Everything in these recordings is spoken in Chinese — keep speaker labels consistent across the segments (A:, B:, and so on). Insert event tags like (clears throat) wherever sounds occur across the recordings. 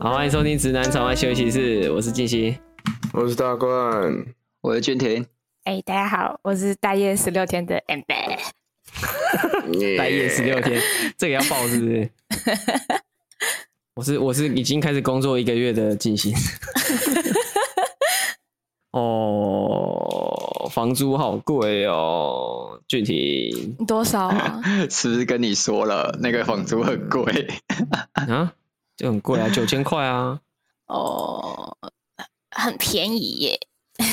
A: 好，欢迎收听《直男场外休息室》，我是静心。
B: 我是大冠，
C: 我是君 (laughs) 婷，
D: 哎、大家好，我是大业十六天的 amber。
A: 待业十六天，这个要报是不是？我是我是已经开始工作一个月的静心。 (laughs) 哦，房租好贵哦，具体
D: 你多少啊？
C: 是不是跟你说了那个房租很贵？
A: 啊就很贵啊，九千块啊，
D: (laughs) 哦，很便宜耶。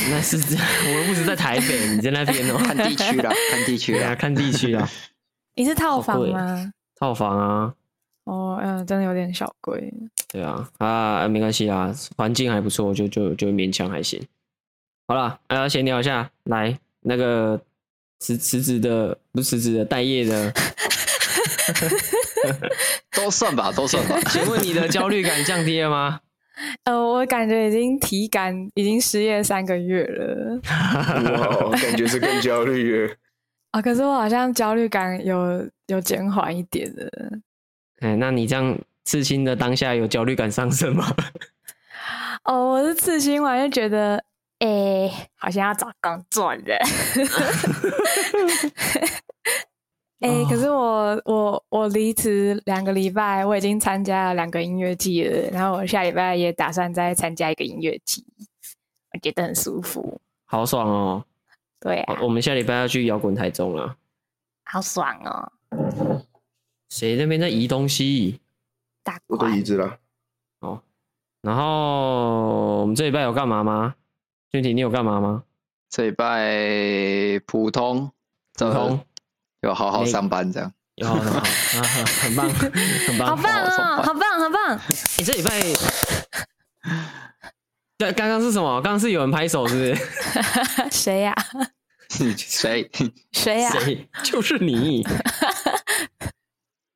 A: 那是这我又不是在台北，你在那边
C: (laughs)
A: 哦，
C: (laughs) 看地区啦，看地区
A: 对啊，
C: 啦。
A: 看地区啊，
D: 你是套
A: 好
D: 房
A: 贵哦
D: (laughs) 吗？
A: 套房啊，
D: 哦，嗯，真的有点小贵。
A: 对啊，啊，没关系啊，环境还不错，就就就勉强还行。好了，啊，闲聊一下，来那个辞辞职的，不是辞职的，待业的，
C: 都算吧，都算吧。 (laughs)
A: 请问你的焦虑感降低了吗？
D: 呃，我感觉已经体感已经失业三个月了
B: 哇，感觉是更焦虑耶。
D: 啊、可是我好像焦虑感有有减缓一点的。
A: 哎、那你这样刺青的当下有焦虑感上升吗？ (laughs)
D: 哦，我是刺青完就觉得，哎、好像要找工作了。 (laughs) 哎、
A: 哦
D: 可是我我我离职两个礼拜，我已经参加了两个音乐季了，然后我下礼拜也打算再参加一个音乐季，我觉得很舒服。
A: 好爽哦！
D: 对啊，
A: 我我们下礼拜要去摇滚台中了。
D: 好爽哦，
A: 谁那边在移东西？
D: 大
B: (laughs) 我的椅
D: 官。
B: 子啦，
A: 哦，然后我们这礼拜有干嘛吗？俊廷，你有干嘛吗？
C: 这礼拜普通，普
A: 普通，
C: 有好好
A: 没
C: 上班这样。
A: 有，很好，啊很 (laughs) 棒，很
D: 好
A: 棒。
D: 棒哦，好棒，好棒！
A: 你、这礼拜，对，刚刚是什么？刚刚是有人拍手，是不是？
D: (laughs) 谁呀、
C: 哎 (laughs) 谁？
D: 谁哎呀、
A: 谁？就是你。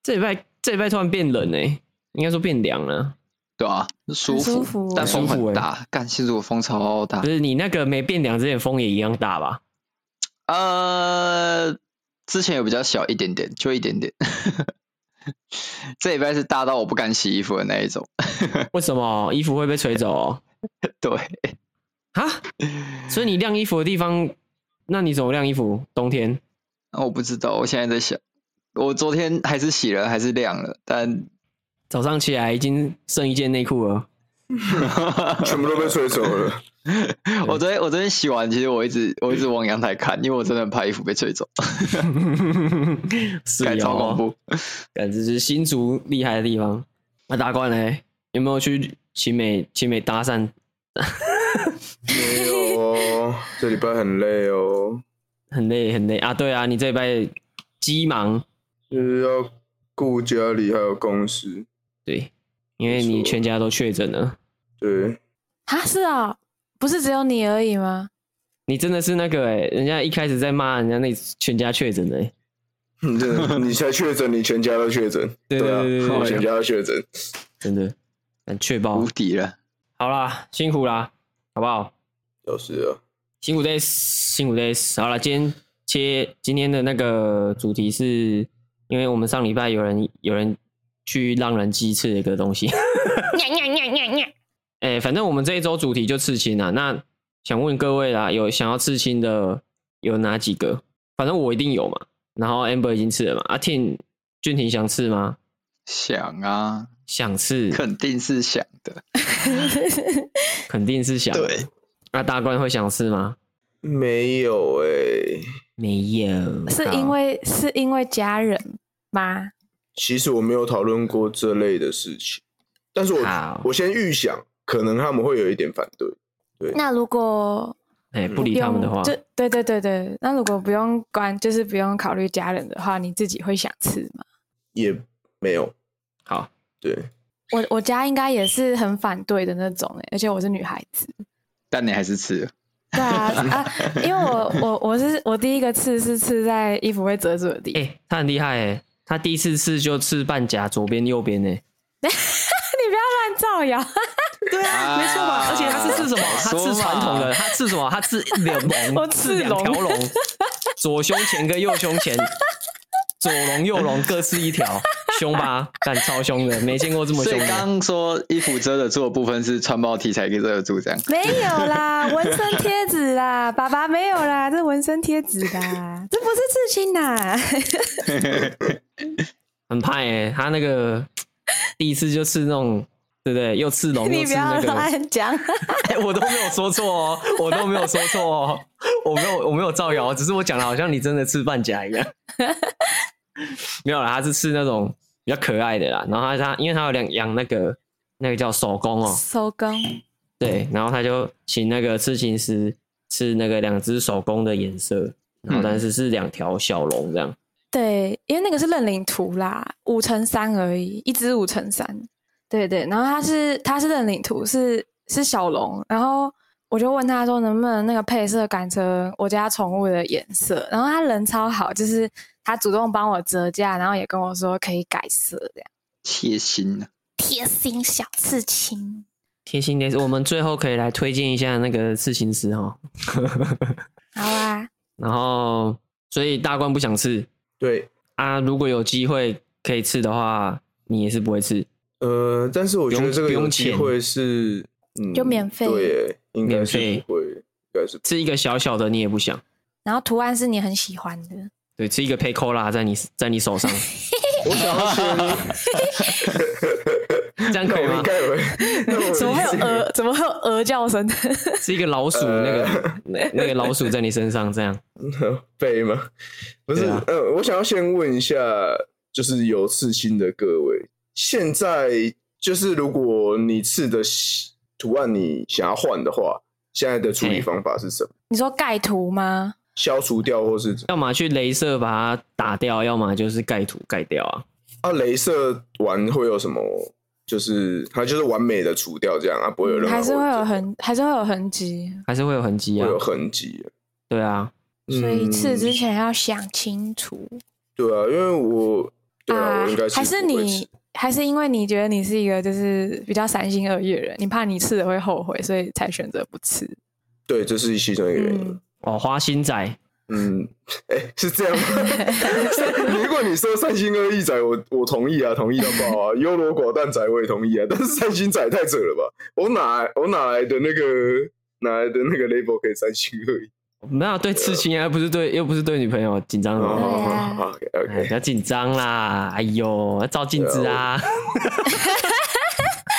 A: 这礼拜，这礼拜突然变冷哎、应该说变凉了。
C: 对啊，舒
D: 很舒服
C: 但风
A: 很舒服
C: 很
A: 欸
C: 大。干，新竹风超大
A: 不。是你那个没变凉之前风也一样大吧？
C: 呃，之前有比较小一点点，就一点 (laughs) 点。这礼拜是大到我不敢洗衣服的那一种。
A: 为什么衣服会被吹走哦？
C: 对，
A: 啊？所以你晾衣服的地方，那你怎么晾衣服？冬天
C: 我不知道，我现在在想，我昨天还是洗了，还是晾了，但
A: 早上起来已经剩一件内裤了。 (laughs)
B: 全部都被吹走了。
C: (laughs) 我昨天我昨天洗完，其实我一直我一直往阳台看，因为我真的很怕衣服被吹走，
A: 是哦
C: 感觉超恐怖。
A: 感觉是新竹厉害的地方。那大冠嘞，有没有去奇美奇美搭讪？
B: 没有哦，这礼拜很累哦，
A: 很累很累啊！对啊，你这礼拜鸡忙，
B: 就是要顾家里还有公司。
A: 对，因为
B: 没
A: 你
B: 错
A: 全家都确诊了，
B: 对，
D: 啊，是啊、不是只有你而已
A: (laughs)
D: 吗？ (laughs)
A: 你真的是那个哎、人家一开始在骂人家那全家确诊的、欸，
B: 你真的，你才确诊，你全家都确诊。
A: 对
B: 对
A: 对
B: 啊，
A: 对对
B: 我
A: 对
B: 全家都确诊。
A: 真的很确
B: 哦
A: 保
C: 无。敌了。
A: 好啦，辛苦啦，好不好？
B: 就是啊，
A: 辛苦 days，辛苦 days。好了，今天切今天的那个主题是，因为我们上礼拜有人有人去让人鸡翅的一个东西。 (laughs)
D: 呀呀呀呀呀！
A: 哎、反正我们这一周主题就刺青啦。啊那想问各位啦，有想要刺青的有哪几个？反正我一定有嘛。然后 Amber 已经刺了嘛。阿、啊、Tin 俊廷想刺吗？
C: 想啊，
A: 想刺，
C: 肯定是想的。
A: 肯定是想。。
C: 对，
A: 那、大官会想刺吗？
B: 没有哎、
A: 没有，
D: 是因为是因为家人吗？
B: 其实我没有讨论过这类的事情，但是我
A: 好
B: 我先预想，可能他们会有一点反对。
D: 那如果
A: 哎、不
D: 不
A: 理他们的
D: 用，
A: 话，
D: 嗯就对对对对，那如果不用关，就是不用考虑家人的话，你自己会想吃吗？
B: 也没有，
A: 好。
B: 对，
D: 我我家应该也是很反对的那种哎、而且我是女孩子，
C: 但你还是吃了。
D: 对啊啊，因为我我我是我第一个刺是刺在衣服会遮住的地
A: 哎、
D: 方，
A: 他很厉害哎、他第一次刺就刺半甲，左边右边呢、欸
D: 你不要乱造谣，
A: 对
C: 啊没错吧
A: 而且他是刺什么？
C: 我
A: 他
C: 啊说嘛
A: 刺传统的，他刺什么？他刺两 (laughs) 龙，
D: 我
A: 刺
D: 刺
A: 两
D: 龙
A: 条龙， (laughs) 左胸前跟右胸前，左龙右龙各刺一条，凶吧？但超凶的，没见过这么
C: 所
A: 凶
C: 以
A: 的。
C: 刚说衣服遮得住的部分是穿包 T 才可以遮得住，这样
D: (laughs) 没有啦，纹身贴纸啦，爸爸没有啦，这纹身贴纸啦，这不是刺青啦。
A: 很怕哎、他那个第一次就吃那种，对不对？又吃龙，
D: (laughs) 你
A: 又
D: 不
A: 吃
D: 要
A: 那个，
D: 乱讲，
A: 哎、我都没有说错哦，我都没有说错哦，我没有我没有造谣，只是我讲的好像你真的吃半甲一样。没有啦，他是吃那种比较可爱的啦。然后他他因为他有两养那个那个叫手工哦，
D: (laughs) 收工。
A: 对，然后他就请那个刺青师吃那个两只手工的颜色，然后但是是两条小龙这样。
D: 对，因为那个是认领图啦，五乘三而已，一只五乘三。对对，然后它是它是认领图，是是小龙，然后我就问他说能不能那个配色改成我家宠物的颜色，然后他人超好，就是他主动帮我折价，然后也跟我说可以改色这样，
C: 贴心啊。
D: 贴心小刺青。
A: 贴心的，我们最后可以来推荐一下那个刺青师哈。
D: 好啊，
A: 然后，所以大冠不想刺
B: 对，
A: 啊，如果有机会可以刺的话，你也是不会刺。
B: 呃，但是我觉
A: 不
B: 得
A: 用
B: 这个
A: 不
B: 有
A: 用
B: 机
A: 钱
B: 会是，嗯，
D: 就免费
B: 对耶，应该是
A: 免费
B: 不会，应该是
A: 刺一个小小的你也不想，
D: 然后图案是你很喜欢的，
A: 对，刺一个 p a y c o l a 在你在你
B: (laughs)
A: 手上，
B: 我想要签，
A: 这样
B: 那
A: 可以
B: 我
A: 吗
B: 应？该
D: (laughs)
B: 会，那我
D: 怎么会有呃
B: 应该
D: 鹅？怎么会有鹅叫声？ (laughs)
A: 是一个老鼠，那
B: 呃
A: 个那那个老鼠在你身上这样。
B: (laughs) 背吗？不是，
A: 对啊
B: 呃，我想要先问一下，就是有刺青的各位，现在就是如果你刺的图案你想要换的话，现在的处理
A: 嘿
B: 方法是什么？
D: 你说盖图吗？
B: 消除掉或是怎
A: 要么去镭射把它打掉，要么就是盖土盖掉啊。
B: 啊？镭射完会有什么？就是它就是完美的除掉这样啊，不会有任何
D: 嗯还是会有
B: 问
D: 痕，还是会有痕迹。
A: 还是会有痕迹
B: 题会
A: 啊
B: 有。痕迹。
A: 对啊，
D: 所以刺之
B: 嗯
D: 前要想清楚、
B: 对啊，因为我对啊，我应该
D: 还是
B: 不会
D: 你
B: 刺，
D: 还是因为你觉得你是一个就是比较三心二意的人，你怕你刺了会后悔，所以才选择不刺。
B: 对，这是其中一个原因。
D: 嗯
A: 哦，花心仔，
B: 嗯，哎、是这样吗？ (laughs) 是如果你说三心二意仔，我我同意啊，同意到爆啊！优柔寡断仔我也同意啊，但是三心仔太扯了吧？我哪我哪来的那个哪来的那个 label 可以三心二意？
A: 没有啊对刺青啊，不是对，又不是对女朋友，紧张什
B: 好
A: 么？
B: 好好好
D: 啊
B: 好
A: 哎，
B: ，OK
A: 不要紧张啦！哎呦，要照镜子啊！ (laughs)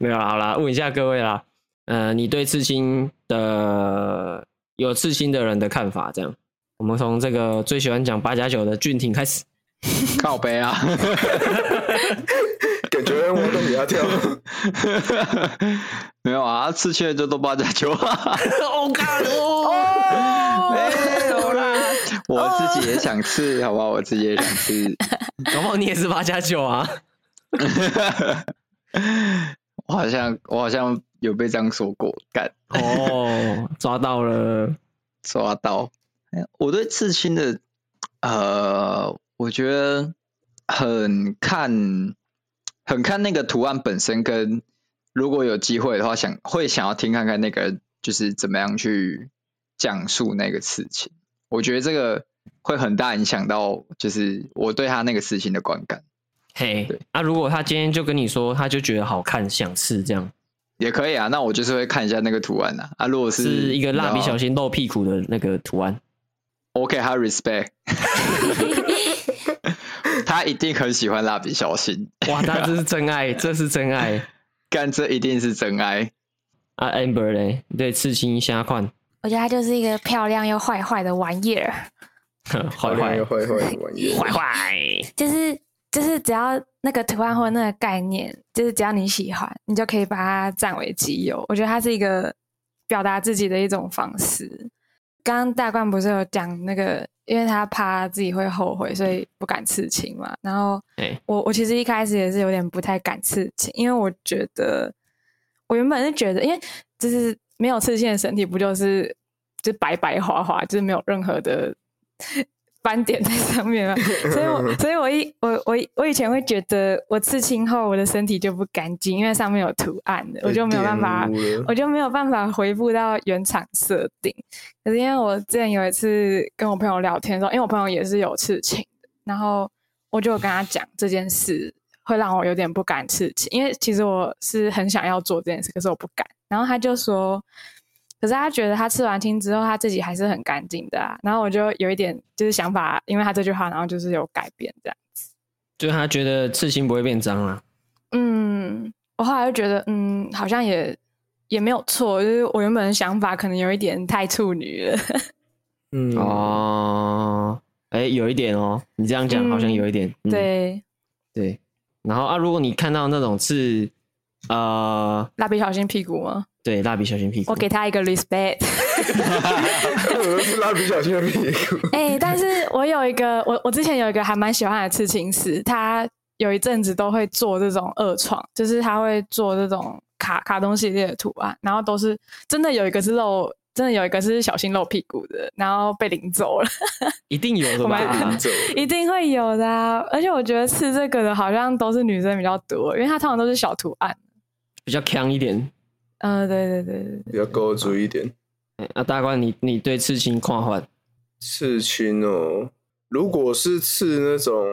A: 没有啦，好啦，问一下各位啦，呃，你对刺青的有刺青的人的看法？这样，我们从这个最喜欢讲八加九的俊廷开始。
C: (laughs)
A: (laughs)
C: 靠背啊！
B: 感觉我都比他跳。
C: 没有啊，刺青的就都八加九啊。
A: 哦，干 (laughs) 哦，
C: (laughs) 没有啦， (laughs) 我自己也想刺，好不好？我自己也想刺。
A: 搞不好你也是八加九啊？
C: (laughs) 我好像我好像有被这样说过，干
A: 哦，抓到了。
C: 抓到。哎我对刺青的，呃，我觉得很看，很看那个图案本身跟，如果有机会的话，想会想要听看看那个就是怎么样去讲述那个事情。我觉得这个会很大影响到，就是我对他那个事情的观感。
A: 嘿
C: 对，
A: 啊，如果他今天就跟你说，他就觉得好看，想吃这样，
C: 也可以啊，那我就是会看一下那个图案啊。啊，如果是
A: 是一个蜡笔小
C: 新
A: 新露屁股的那个图案。
C: ，OK，他 respect，他一定很喜欢蜡笔小新，
A: (laughs) 哇，那这是真
D: (laughs)
A: 爱，这是真爱
C: 干这一定是真爱。
A: 啊！Amber 嘞，对，刺青瞎看，
D: 我觉得它就是一个漂亮又坏坏的玩意儿，
A: (laughs) 坏
B: 好
A: 坏
D: 哦
B: 坏坏玩意儿，
A: 坏坏，
D: 就是就是只要那个图案或那个概念，就是只要你喜欢，你就可以把它占为己有。我觉得它是一个表达自己的一种方式。刚刚大冠不是有讲那个，因为他怕自己会后悔，所以不敢刺青嘛。然后
A: 哎，
D: 我我其实一开始也是有点不太敢刺青，因为我觉得我原本是觉得，因为就是没有刺青的身体不就是就白白滑滑，就是没有任何的 (laughs) 斑点在上面嘛，所以我所以我一我我我以前会觉得我刺青后我的身体就不干净，因为上面有图案的，我就没有办法
B: 哎玷污了
D: 我就没有办法回复到原厂设定。可是因为我之前有一次跟我朋友聊天的时候，因为我朋友也是有刺青的，然后我就有跟他讲这件事，会让我有点不敢刺青，因为其实我是很想要做这件事，可是我不敢。然后他就说，可是他觉得他刺完青之后，他自己还是很干净的、啊。然后我就有一点就是想法，因为他这句话，然后就是有改变这样。
A: 就是他觉得刺青不会变脏啊啦。
D: 嗯，我后来就觉得，嗯，好像也也没有错，就是我原本的想法可能有一点太处女了。
B: 嗯，
A: 哦，哎、有一点哦，你这样讲好像有一点。嗯
D: 对，
A: 对。然后啊，如果你看到那种刺，呃，
D: 蜡笔小新屁股吗？
A: 对，蜡笔小新屁股，
D: 我给他一个 respect。
B: (laughs) 我是蜡笔小新的屁股，
D: 哎、但是我有一个，我我之前有一个还蛮喜欢的刺青师，他有一阵子都会做这种二创，就是他会做这种卡卡通系列的图案，然后都是真的有一个是露，真的有一个是小心露屁股的，然后被领走了，
A: 一定有的
D: 我
A: 吧？
D: 们
B: (laughs) 走。
D: (laughs) 一定会有的、啊。而且我觉得刺这个的好像都是女生比较多，因为它通常都是小图案。
A: 比较强一点。
D: 嗯、对对对对
B: 比较高足一点。
A: 哎啊，大官，你你对刺青看法，
B: 刺青哦，如果是刺那种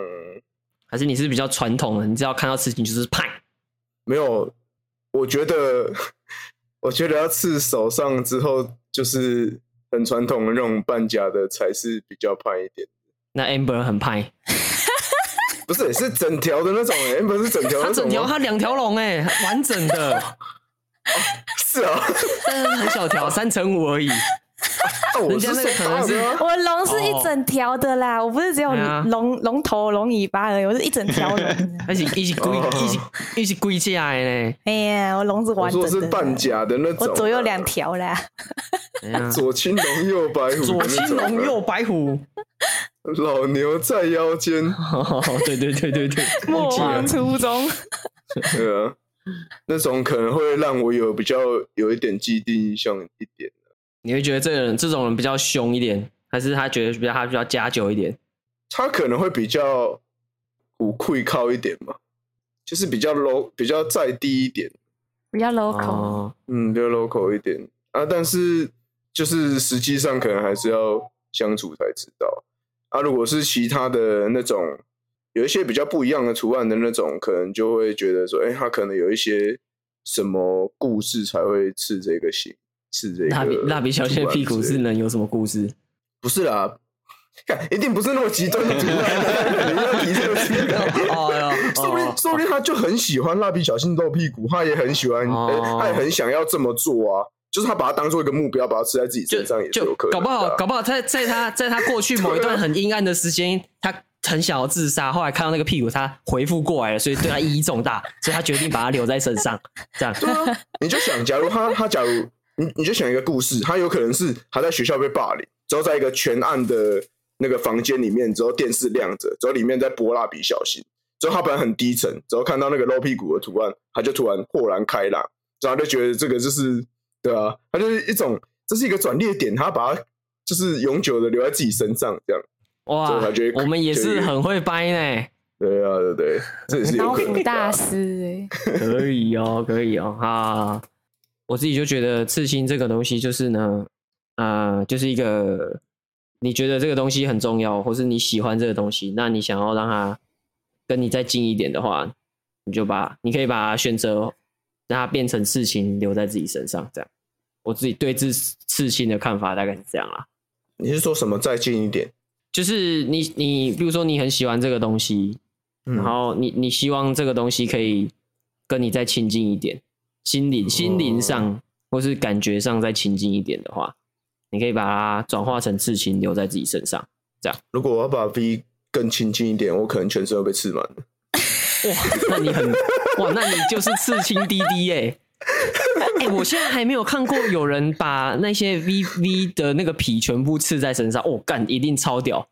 A: 还是你是比较传统的？你只要看到刺青就是派
B: 没有，我觉得我觉得要刺手上之后，就是很传统的那种半甲的才是比较派一点。
A: 那 Amber 很派，
B: 不是，是整条的那种、欸，不是整条
A: 他
B: 那
A: 整
B: 种哦吗，
A: 条他两条龙哎，完整 (laughs) 的，
B: 是啊，
A: 但是很小条，三乘五而已。
B: 啊我
A: 人家
B: 是
A: 那个
B: 手
A: 可能
B: 套的
A: 是
B: 啊
D: 我龙是一整条的啦，我不是只有
A: 对啊
D: 龙龙头、龙尾巴而已，我是一整条龙的。 (laughs)
A: 而且一起规
B: 哦
A: 一起一起规价的呢。
D: 哎呀，我笼子
B: 我
D: 完整
B: 说是
D: 的。
B: 半甲的那种
D: 我
B: 啊，
D: 左右两条啦。
A: 哎 (laughs) 呀
B: 左青龙右白虎，
A: 左青龙右白虎，
B: 老牛在腰间，
A: 哦对对对对对，忘
D: 莫
A: 记了
D: 忘初衷。
B: (laughs) 对啊，那种可能会让我有比较有一点既定印象一点。
A: 你会觉得这个人这种人比较凶一点，还是他觉得比较他比较加久一点？
B: 他可能会比较古愧靠一点嘛，就是比较 low，比较在地一点，
D: (laughs) 比较 local，
A: 哦，
B: 嗯，比较 local 一点啊。但是就是实际上可能还是要相处才知道啊。如果是其他的那种有一些比较不一样的图案的那种，可能就会觉得说，哎、他可能有一些什么故事才会刺这个型，刺这个
A: 蜡笔蜡笔小新的屁股
B: 图案之类
A: 是
B: 的
A: 能有什么故事？
B: 不是啦？ (laughs) 看，一定不是那么极端的图案， (laughs) 你要提这个出来。
A: (laughs) 哦哟，
B: 说不定，说不定他就很喜欢蜡笔小新露屁股，他也很喜欢，
A: 哦
B: 呃他也很想要这么做啊。就是他把它当做一个目标，把它吃在自己
A: 就
B: 身上也是
A: 就
B: 有可能的
A: 搞
B: 啊。
A: 不好，搞不好在在他在他过去某一段很阴暗的时间，他很想要自杀，后来看到那个屁股，他回复过来了，所以对他意义重大，所以他决定把它留在身上，这样。
B: 对啊， (laughs) 你就想，假如他他假如你你就想一个故事，他有可能是他在学校被霸凌，之后在一个全暗的那个房间里面，之后电视亮着，之后里面在播蜡笔小新，之后他本来很低沉，之后看到那个露屁股的图案，他就突然豁然开朗，然后他就觉得这个就是对啊，他就是一种这是一个转捩点，他把它就是永久的留在自己身上，这样
A: 哇
B: 所以他觉得，
A: 我们也是很会掰呢，
B: 对啊对对，这也是有
D: 脑
B: 可能
D: 补
B: 的啊、
D: 大师哎、
A: 可以哦， (laughs) 可以哦，啊，我自己就觉得刺青这个东西就是呢，啊、就是一个你觉得这个东西很重要，或是你喜欢这个东西，那你想要让它跟你再近一点的话，你就把你可以把它选择让它变成刺青留在自己身上，这样。我自己对刺刺青的看法大概是这样啦。
B: 你是说什么再近一点？
A: 就是你你比如说你很喜欢这个东西，
B: 嗯
A: 然后你你希望这个东西可以跟你再亲近一点，心灵心灵上、或是感觉上再亲近一点的话，你可以把它转化成刺青留在自己身上。
B: 如果我要把 V 更亲近一点，我可能全身会被刺满。
A: 哇，那你很哇，那你就是刺青滴滴耶！哎、我现在还没有看过有人把那些 V V 的那个皮全部刺在身上，哦，干，一定超屌！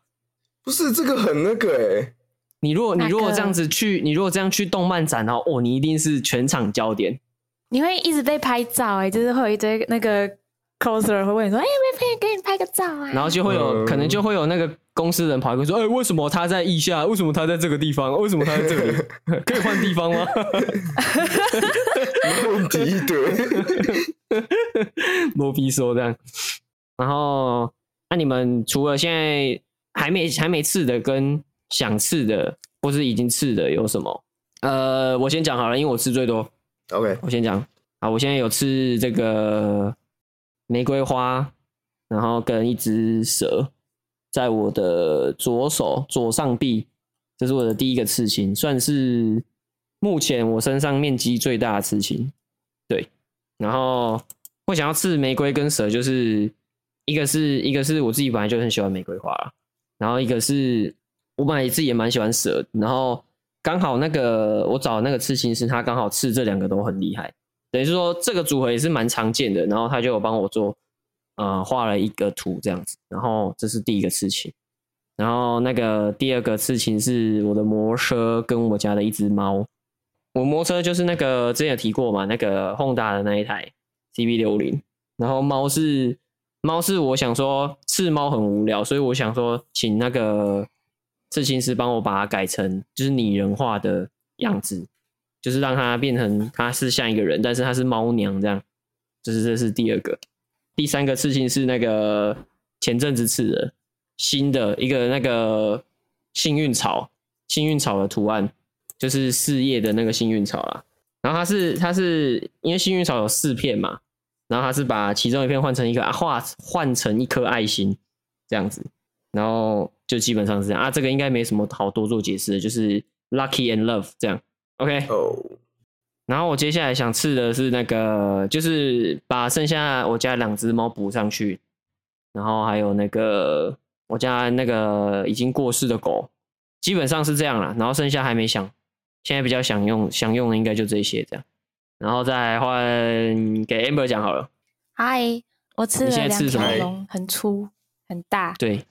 B: 不是这个很那个哎、欸，
A: 你如果你
D: 哪
A: 如果这
D: 个
A: 样子去，你如果这样去动漫展哦，哦，你一定是全场焦点。
D: 你会一直被拍照哎、就是会有一堆那个 coser 会问你说，哎、欸，可以给你拍个照啊？
A: 然后就会有、
B: 嗯
A: 可能就会有那个公司人跑过来说：“哎、为什么他在腋下？为什么他在这个地方？ (laughs) 为什么他在这里？可以换地方吗？” (laughs)
B: 没问题一
C: (laughs)
B: 堆。
A: 罗皮说这样。然后，那、你们除了现在还没还没刺的跟想刺的，或是已经刺的有什么？呃，我先讲好了，因为我刺最多。
B: OK，
A: 我先讲啊，我现在有刺这个玫瑰花，然后跟一只蛇，在我的左手左上臂，这是我的第一个刺青，算是目前我身上面积最大的刺青。对，然后会想要刺玫瑰跟蛇，就是一个是一个是我自己本来就很喜欢玫瑰花啦，然后一个是我本来自己也蛮喜欢蛇，然后刚好那个我找的那个刺青师，他刚好刺这两个都很厉害，等于是说这个组合也是蛮常见的，然后他就有帮我做呃画了一个图这样子，然后这是第一个刺青，然后那个第二个刺青是我的摩托车跟我家的一只猫，我摩托车就是那个之前有提过嘛，那个 Honda 的那一台 CB 六零，然后猫是猫是我想说刺猫很无聊，所以我想说请那个刺青师帮我把它改成就是拟人化的样子，就是让它变成它是像一个人，但是它是猫娘这样。就是这是第二个，第三个刺青是那个前阵子刺的新的一个那个幸运草，幸运草的图案就是四叶的那个幸运草啦。然后它是它是因为幸运草有四片嘛，然后他是把其中一片换成一个啊，画换成一颗爱心这样子，然后就基本上是这样啊。这个应该没什么好多做解释的，就是 lucky and love 这样。OK，
B: 哦，
A: 然后我接下来想刺的是那个，就是把剩下我家两只猫补上去，然后还有那个我家那个已经过世的狗，基本上是这样啦。然后剩下还没想，现在比较想用想用的应该就这些这样。然后再换给 Amber 讲好了。
D: 嗨，我吃
A: 你
D: 了
A: 现在
D: 两
A: 吃什么
D: 条龙，很粗很大，
A: 对，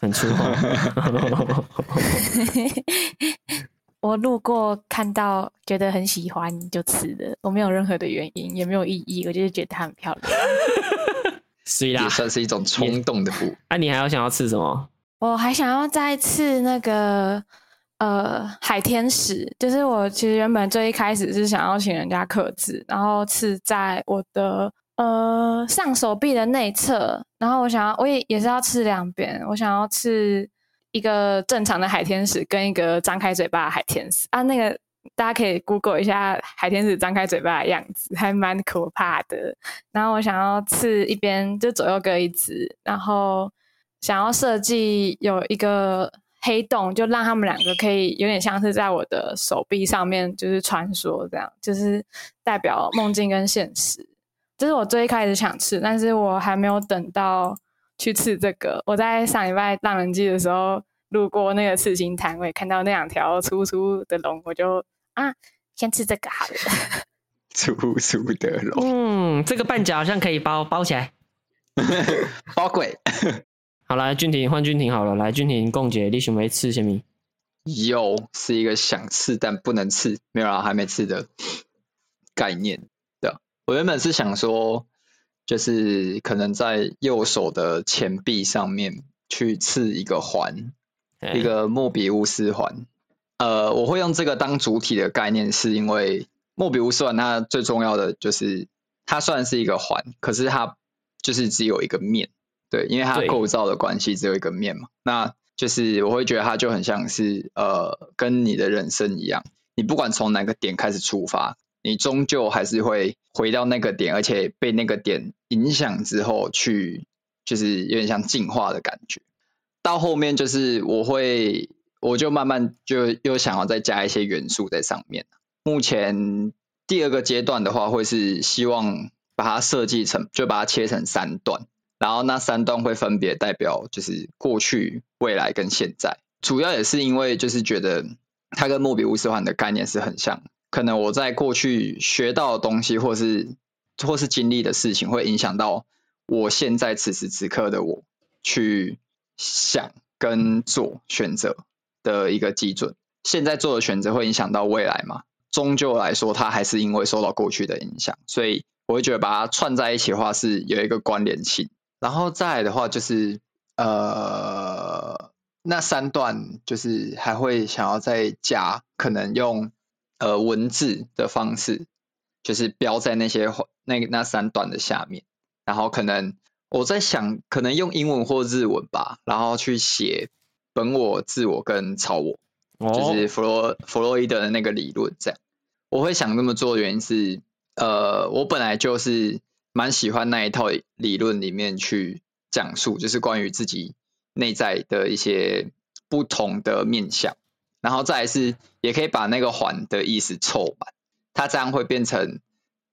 A: 很粗犷。
C: (laughs)
A: (laughs)
D: 我路过看到觉得很喜欢就吃的，我没有任何的原因，也没有意义，我就是觉得它很漂亮。
A: 所以啦
C: 也，算是一种冲动的补。
A: 啊，你还有想要吃什么？
D: 我还想要再次那个呃海天使，就是我其实原本最一开始是想要请人家刻字，然后刺在我的呃上手臂的内侧，然后我想要我也也是要刺两边，我想要刺一个正常的海天使跟一个张开嘴巴的海天使啊，那个大家可以 Google 一下海天使张开嘴巴的样子，还蛮可怕的。然后我想要刺一边，就左右各一只，然后想要设计有一个黑洞，就让他们两个可以有点像是在我的手臂上面就是穿梭，这样就是代表梦境跟现实。这是我最一开始想刺，但是我还没有等到去刺这个。我在上礼拜浪人祭的时候路过那个刺青摊位，看到那两条粗粗的龙，我就啊，先刺这个好了。
C: 粗粗的龙，
A: 嗯，这个半甲好像可以包包起来。
C: 包鬼
A: 好来，俊廷换俊廷好了，来俊廷共姐，你想要吃什么？
C: 有是一个想刺但不能刺，没有啦，还没刺的概念的。我原本是想说，就是可能在右手的前臂上面去刺一个环，一个莫比乌斯环。呃，我会用这个当主体的概念，是因为莫比乌斯环它最重要的就是它虽然是一个环，可是它就是只有一个面，对，因为它
A: 对
C: 构造的关系只有一个面嘛。那就是我会觉得它就很像是呃，跟你的人生一样，你不管从哪个点开始出发，你终究还是会回到那个点，而且被那个点影响之后去，就是有点像进化的感觉。到后面就是我会，我就慢慢就又想要再加一些元素在上面。目前第二个阶段的话，会是希望把它设计成，就把它切成三段，然后那三段会分别代表就是过去、未来跟现在。主要也是因为就是觉得它跟莫比乌斯环的概念是很像，可能我在过去学到的东西，或是或是经历的事情，会影响到我现在此时此刻的我去想跟做选择的一个基准。现在做的选择会影响到未来嘛？终究来说，它还是因为受到过去的影响，所以我会觉得把它串在一起的话是有一个关联性。然后再来的话就是呃，那三段就是还会想要再加，可能用呃文字的方式，就是标在那些画那那三段的下面，然后可能我在想，可能用英文或日文吧，然后去写本我、自我跟超我。
A: 哦
C: 就是弗洛弗洛伊德的那个理论这样。我会想那么做的原因是，呃，我本来就是蛮喜欢那一套理论里面去讲述，就是关于自己内在的一些不同的面相，然后再来是也可以把那个环的意思凑满，它这样会变成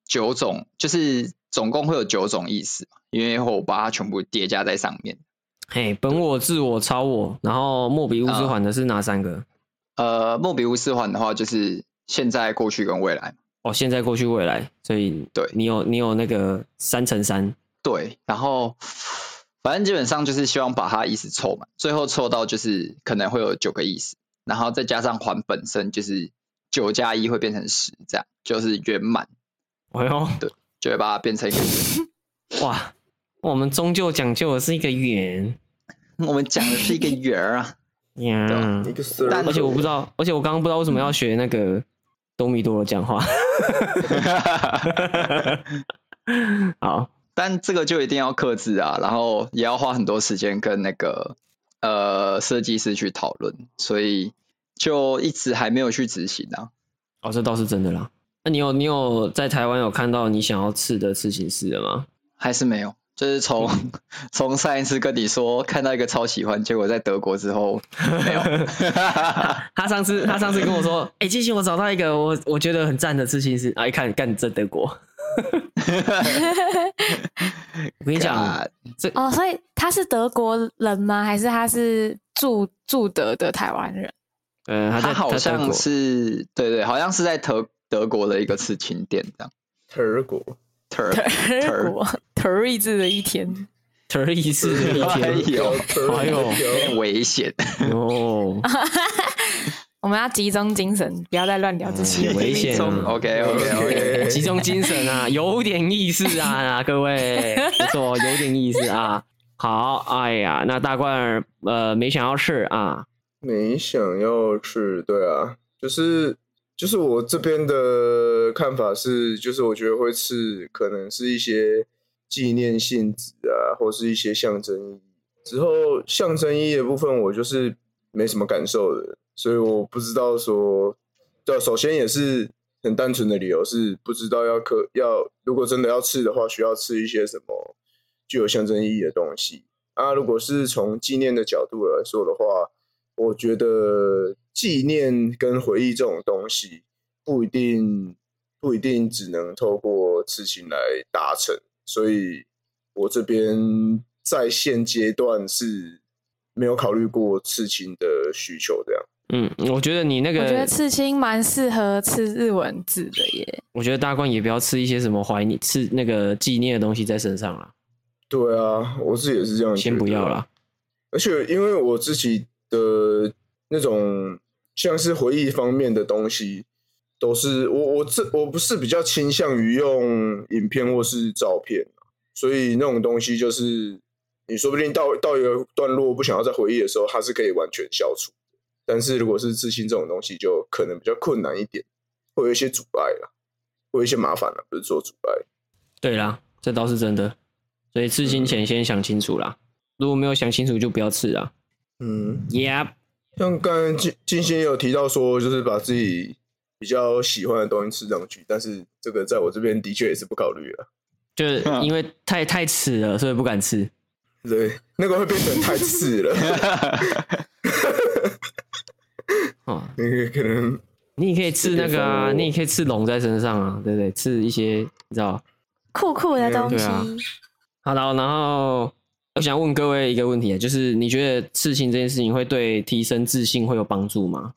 C: 九种，就是总共会有九种意思嘛，因为我把它全部叠加在上面。
A: 嘿，本我、自我、超我，然后莫比乌
C: 嗯
A: 斯环的是哪三个？
C: 呃，莫比乌斯环的话就是现在、过去跟未来嘛。
A: 哦，现在、过去、未来，所以
C: 对
A: 你有你有那个三乘三，
C: 对，然后反正基本上就是希望把它意思凑满，最后凑到就是可能会有九个意思，然后再加上环本身就是九加一会变成十，这样就是圆满，
A: 哎呦，
C: 就会把它变成一个圆。
A: 哇，我们终究讲究的是一个圆
C: 我们讲的是一个圆儿啊， (laughs)
A: 呀
B: 一，个 circle
C: 但嗯
A: 而且我不知道，而且我刚刚不知道为什么要学那个多米多罗讲话。好，
C: 但这个就一定要克制啊，然后也要花很多时间跟那个呃设计师去讨论，所以就一直还没有去执行啊。
A: 哦，这倒是真的啦。那你有你有在台湾有看到你想要吃的刺青师了吗？
C: 还是没有，就是从
A: 嗯
C: (laughs) 从上一次跟你说看到一个超喜欢，结果在德国之
A: (laughs)
C: 后没有。
A: 他上次他上次跟我说， (laughs) 哎、季星，我找到一个我我觉得很赞的刺青师啊，一看干这德国。我跟你
C: (laughs)
A: 讲，
C: God，
D: 哦，所以他是德国人吗？还是他是驻驻德的台
A: (laughs)
D: 湾人？
A: 呃，他在
C: 他好
A: 在德
C: 像
A: 国
C: 是对对，好像是在德德国的一个刺青店
A: (laughs)
C: 这样。
B: 德国，
C: Tur
D: 德国德瑞兹的一天，
A: 特意是的一
C: 哎
A: 天
C: 呦，
A: 哎呦
C: 有点危险。
A: 哦，
D: 我们要集中精神，不要再乱聊这些。
A: 嗯危
C: (laughs)
A: 险啊
C: OK OK OK，
A: 集中精神啊，有点意思啊，各位，不错，有点意思啊。好，哎呀，那大罐儿呃没想要吃啊，
B: 没想要去，对啊，就是就是我这边的看法是，就是我觉得会是可能是一些纪念性质啊，或是一些象征意义。之后象征意义的部分，我就是没什么感受的，所以我不知道说，对啊，首先也是很单纯的理由是不知道要可要，如果真的要吃的话，需要吃一些什么具有象征意义的东西。啊，如果是从纪念的角度来说的话，我觉得纪念跟回忆这种东西，不一定不一定只能透过刺青来达成，所以我这边在现阶段是没有考虑过刺青的需求。这样，
A: 嗯，我觉得你那个，
D: 我觉得刺青蛮适合刺日文字的耶。
A: 我觉得大冠也不要吃一些什么怀念、吃那个纪念的东西在身上了，
B: 对啊，我自己也是这样，
A: 先不要。啦。
B: 而且因为我自己的那种像是回忆方面的东西，都是我我这我不是比较倾向于用影片或是照片，啊所以那种东西就是你说不定到到一个段落不想要再回忆的时候，它是可以完全消除的。但是如果是自信这种东西，就可能比较困难一点，会有一些阻碍了，会有一些麻烦了，不是说阻碍。
A: 对啦，这倒是真的，所以刺青前先想清楚啦。如果没有想清楚，就不要刺啦。
B: 嗯，
A: Yep，
B: 像刚才金金星也有提到说，就是把自己比较喜欢的东西吃上去，但是这个在我这边的确也是不考虑了。
A: 就是因为太太刺了，所以不敢吃。
B: 对，那个会变成太次了，
A: (laughs) 哦，
B: 那个可能
A: 你也可以刺那个啊，
B: 这个时候
A: 你也可以刺龙在身上啊，对不对？刺一些你知道。
D: 酷酷的东西，
A: 对啊好了，然后我想问各位一个问题啊，就是你觉得刺青这件事情会对提升自信会有帮助吗？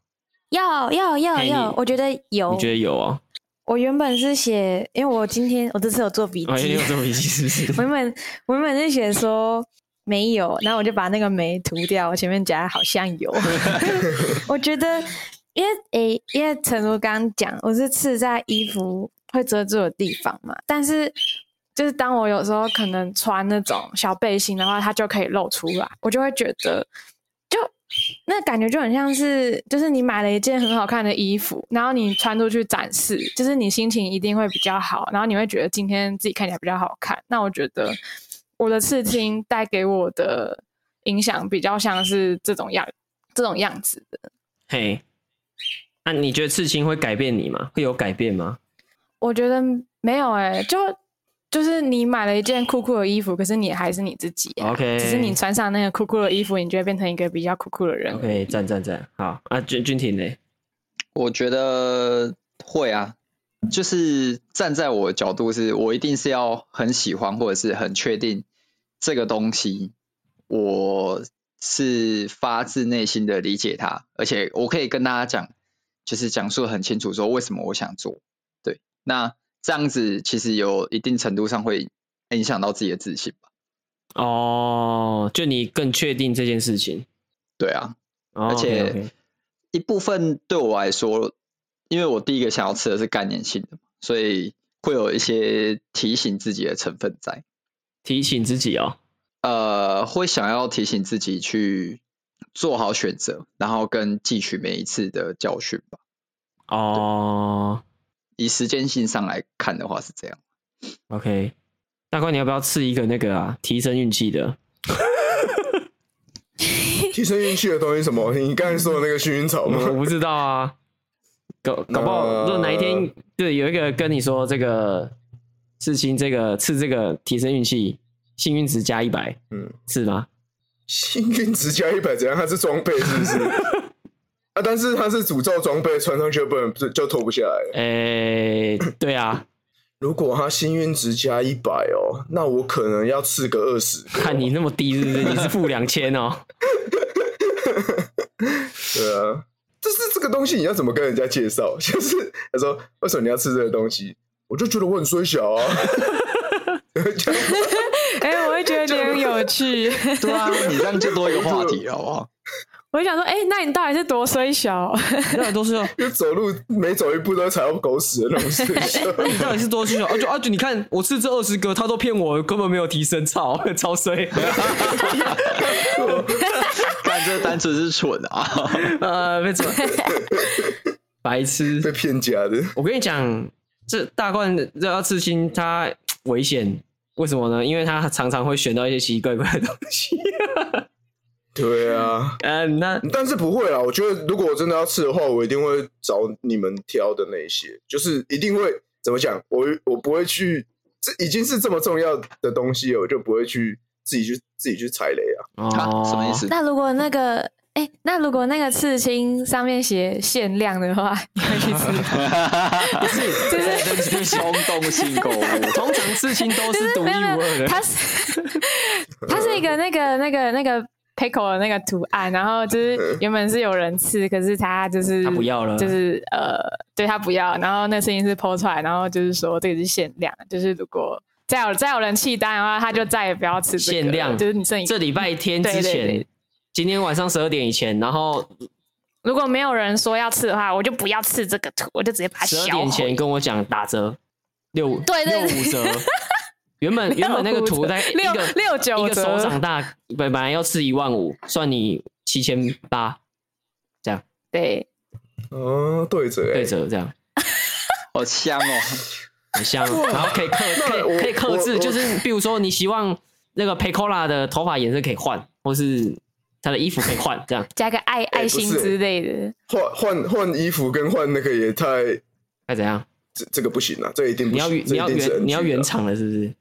D: 要要要
A: 嘿
D: 要
A: 哎你，
D: 我觉得有
A: 你。觉得有哦？
D: 我原本是写，因为我今天我这次有做笔
A: 哎，你
D: 记
A: 有，这么一句是不是？
D: (laughs) 我原本我原本是写说没有，然后我就把那个没涂掉，我前面加好像有。我觉得，因为诶、因为诚如刚刚讲，我是刺在衣服会遮住的地方嘛，但是就是当我有时候可能穿那种小背心的话，它就可以露出来，我就会觉得就。那感觉就很像是，就是你买了一件很好看的衣服，然后你穿出去展示，就是你心情一定会比较好，然后你会觉得今天自己看起来比较好看。那我觉得我的刺青带给我的影响比较像是这种样，这种样子的。
A: 嘿，那、你觉得刺青会改变你吗？会有改变吗？
D: 我觉得没有哎、就就是你买了一件酷酷的衣服，可是你还是你自己啊、
A: OK
D: 只是你穿上那个酷酷的衣服，你就会变成一个比较酷酷的人。
A: OK，赞赞赞，好啊，俊俊廷嘞，
C: 我觉得会啊，就是站在我的角度是，我一定是要很喜欢或者是很确定这个东西，我是发自内心的理解它，而且我可以跟大家讲，就是讲述得很清楚说为什么我想做。对，那这样子其实有一定程度上会影响到自己的自信吧。
A: 哦，就你更确定这件事情，
C: 对啊，
A: 哦、
C: 而且
A: OK，OK
C: 一部分对我来说，因为我第一个想要吃的是概念性的嘛，所以会有一些提醒自己的成分在。
A: 提醒自己哦，
C: 呃，会想要提醒自己去做好选择，然后跟汲取每一次的教训吧。
A: 哦
C: 以时间性上来看的话是这样。
A: ，OK，大官你要不要刺一个那个啊，提升运气的？
B: 提升运气的东西是什么？你刚才说的那个薰衣草
A: 我
B: 吗？
A: 不知道啊，搞搞不好，如果哪一天对有一个跟你说这个刺青，这个刺这个提升运气，幸运值加一百，
B: 嗯，
A: 是吗？
B: 幸运值加一百，怎样？它是装备是
A: (laughs)
B: 不是？啊，但是它是诅咒装备，穿上去就不能就就脱不下来了。
A: 诶、对啊， (coughs)
B: 如果他幸运值加一百哦，那我可能要吃个二十。
A: 看你那么低，是不是？你是负两千哦。
B: 对啊，就是这个东西你要怎么跟人家介绍？ (laughs) 就是他说为什么你要吃这个东西？我就觉得我很衰小啊。
D: (laughs)
B: (laughs)
D: 哎、我会觉得你很有趣， (laughs)
C: 对啊，你这样就多一个话题了好不好？
D: 我就想说，哎、那你到底是多衰小？
A: (laughs) 那都是，
B: 就走路每走一步都踩到狗屎的那种事情。
A: 那你到底是多虚荣？啊而且而且，你看我吃这二十个，他都骗我，根本没有提升，操，超衰。 (laughs)
C: 但这单纯是蠢啊！
A: 呃，没错，白痴
B: (laughs) 被。骗家的，
A: 我跟你讲，这大冠这要刺青，它危险。为什么呢？因为它常常会选到一些奇奇怪怪的东西。
B: 对啊，
A: 嗯， (laughs) 那
B: 但是不会啊啦。我觉得如果我真的要吃的话，我一定会找你们挑的那一些，就是一定会怎么讲，我我不会去，这已经是这么重要的东西了，我就不会去自己去自己去踩雷啊。
C: 啊什么意？思？
D: 那如果那个，哎、那如果那个刺青上面写限量
A: (laughs)
D: 的话，你会去刺吗？
A: 哦
C: 不是，
D: 就
C: 这是冲动性购物。
A: 通常刺青都
D: 就是是
A: 独一
D: 没有
A: 无
D: 没
A: 二
D: 有，
A: 的。
D: 它是它是一个那个那个那个 pickle 的那个图案，然后就是原本是有人吃，可是他就是
A: 嗯他不要了
D: 就是呃，对他不要，然后那事情是 PO 出来，然后就是说这个是限量，就是如果再有再有人弃单的话，他就再也不要吃这个了
A: 限量
D: 就是你剩一
A: 这礼拜天之
D: 对对
A: 前
D: 对，
A: 今天晚上十二点以前，然后
D: 如果没有人说要吃的话，我就不要吃这个图，我就直接把它
A: 十二
D: 销
A: 点
D: 毁。
A: 前跟我讲打折，六五
D: 对对
A: 六
D: 对
A: 五折。原
D: (laughs)
A: 本原本那个图在一
D: 六
A: 个
D: 六九
A: 一个手
D: 折
A: 掌大，本本来要吃一万五，算你七千八，这样
D: 对，
B: 哦，对着、欸，
A: 对折这样。
C: (laughs) 好香哦！
A: 很香，然后可以克可
B: 我
A: 以可以克
B: 我
A: 制，
B: 我
A: 就是比如说你希望那个 Pecola 的头发颜色可以换，或是他的衣服可以换，这样
D: 加个爱爱心
B: 哎不是
D: 之类的。
B: 换换换衣服跟换那个也太
A: 该怎样？
B: 这这个不行啊，这一定不
A: 你要
B: 行，
A: 你要
B: 这一定是
A: 原
B: NG
A: 你要
B: 的
A: 原厂的，是不是？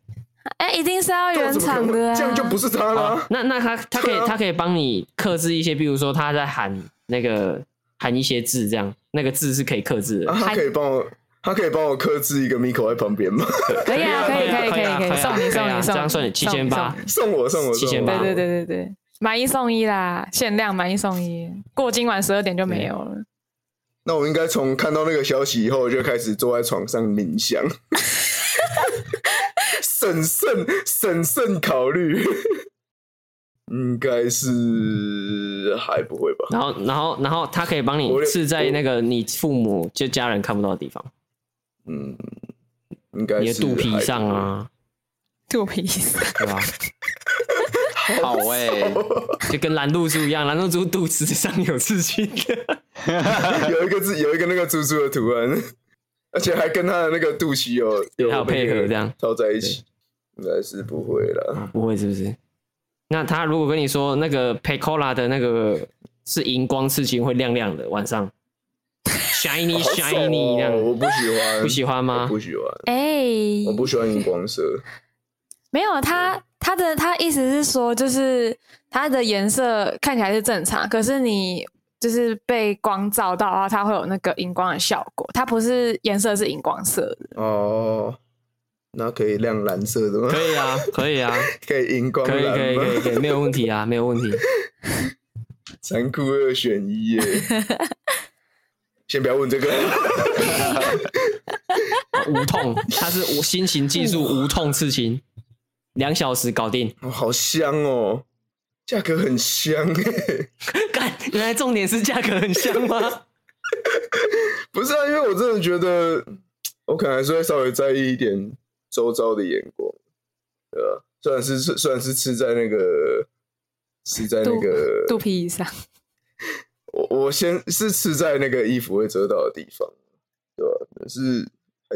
D: 哎、一定是要
B: 啊这
D: 原
B: 怎么可
D: 厂
B: 能
D: 的、啊，
B: 这样就不是他
A: 哦
B: 啦，。
A: 那那他他可以
B: 对啊
A: 他可以帮你克制一些，比如说他在喊那个喊一些字，这样那个字是可以克制
B: 啊，
A: 的。
B: 他可以帮我，他可以帮我克制一个 Miko 在旁边吗？ (laughs)
D: 可以啊，可以，可以，可
A: 啊
D: 以，可以，送你，送
A: 啊
D: 你，送
A: 这样算你七千八。
B: 送我，送我，
A: 七
B: 送
A: 千
B: 我
A: 八
D: 对对对对对，买一送一啦，限量买一送一，过今晚十二点就没有了。
B: 那我应该从看到那个消息以后，我就开始坐在床上冥想， (laughs) 审慎审慎考虑，应该是还不会吧？
A: 然后然后然后他可以帮你
B: 我有
A: 刺在那个你父母就家人看不到的地方，
B: 嗯，应该
A: 你的
B: 呃是
A: 肚皮
B: 还不
A: 上啊，
D: 肚皮，
A: 对吧？
C: 好哎、
A: 就跟蓝露珠一样，蓝露珠肚子上有刺青的。
B: 会， (laughs) 有一个字，有一个那个猪猪的图案， (laughs) 而且还跟他的那个肚脐有有
A: (laughs) 还有配合
B: 那个
A: 这样
B: 套在一起，应该是不会啦。
A: 不会是不是？那他如果
B: (laughs)
A: 跟你说那个 Pecola 的那个是荧光刺青，会亮亮的，晚上 shiny
B: 好丑
A: shiny
B: 哦
A: 这
B: 我
A: 样，
B: 不喜欢，
A: 不喜欢
B: 我
A: 吗
B: 不？喜欢，
D: (laughs) 哎、
B: 我不喜欢荧光色。
D: 没有，它它的它意思是说，就是它的颜色看起来是正常，可是你就是被光照到的话，它会有那个荧光的效果。它不是颜色是荧光色的，
B: 哦，那可以亮蓝色的吗？
A: 可以啊，可以啊，
B: 可以荧光
A: 可以
B: 蓝吗？
A: 可以可以可以，没有问题啊，没有问题。
B: 残酷二选一
A: (laughs)
B: 耶！先不要问这个，
A: 啊无痛，它是无新型技术无痛刺青，两小时搞定。
B: 哦好香哦，价格很香哎。
A: 干，原来重点是价格很像
B: (laughs)
A: 吗？
B: 不是啊，因为我真的觉得，我可能还是会稍微在意一点周遭的眼光，对吧、虽然是虽然是吃在那个吃在那个
D: 肚皮以上。
B: 我我先是吃在那个衣服会遮到的地方，对吧、但是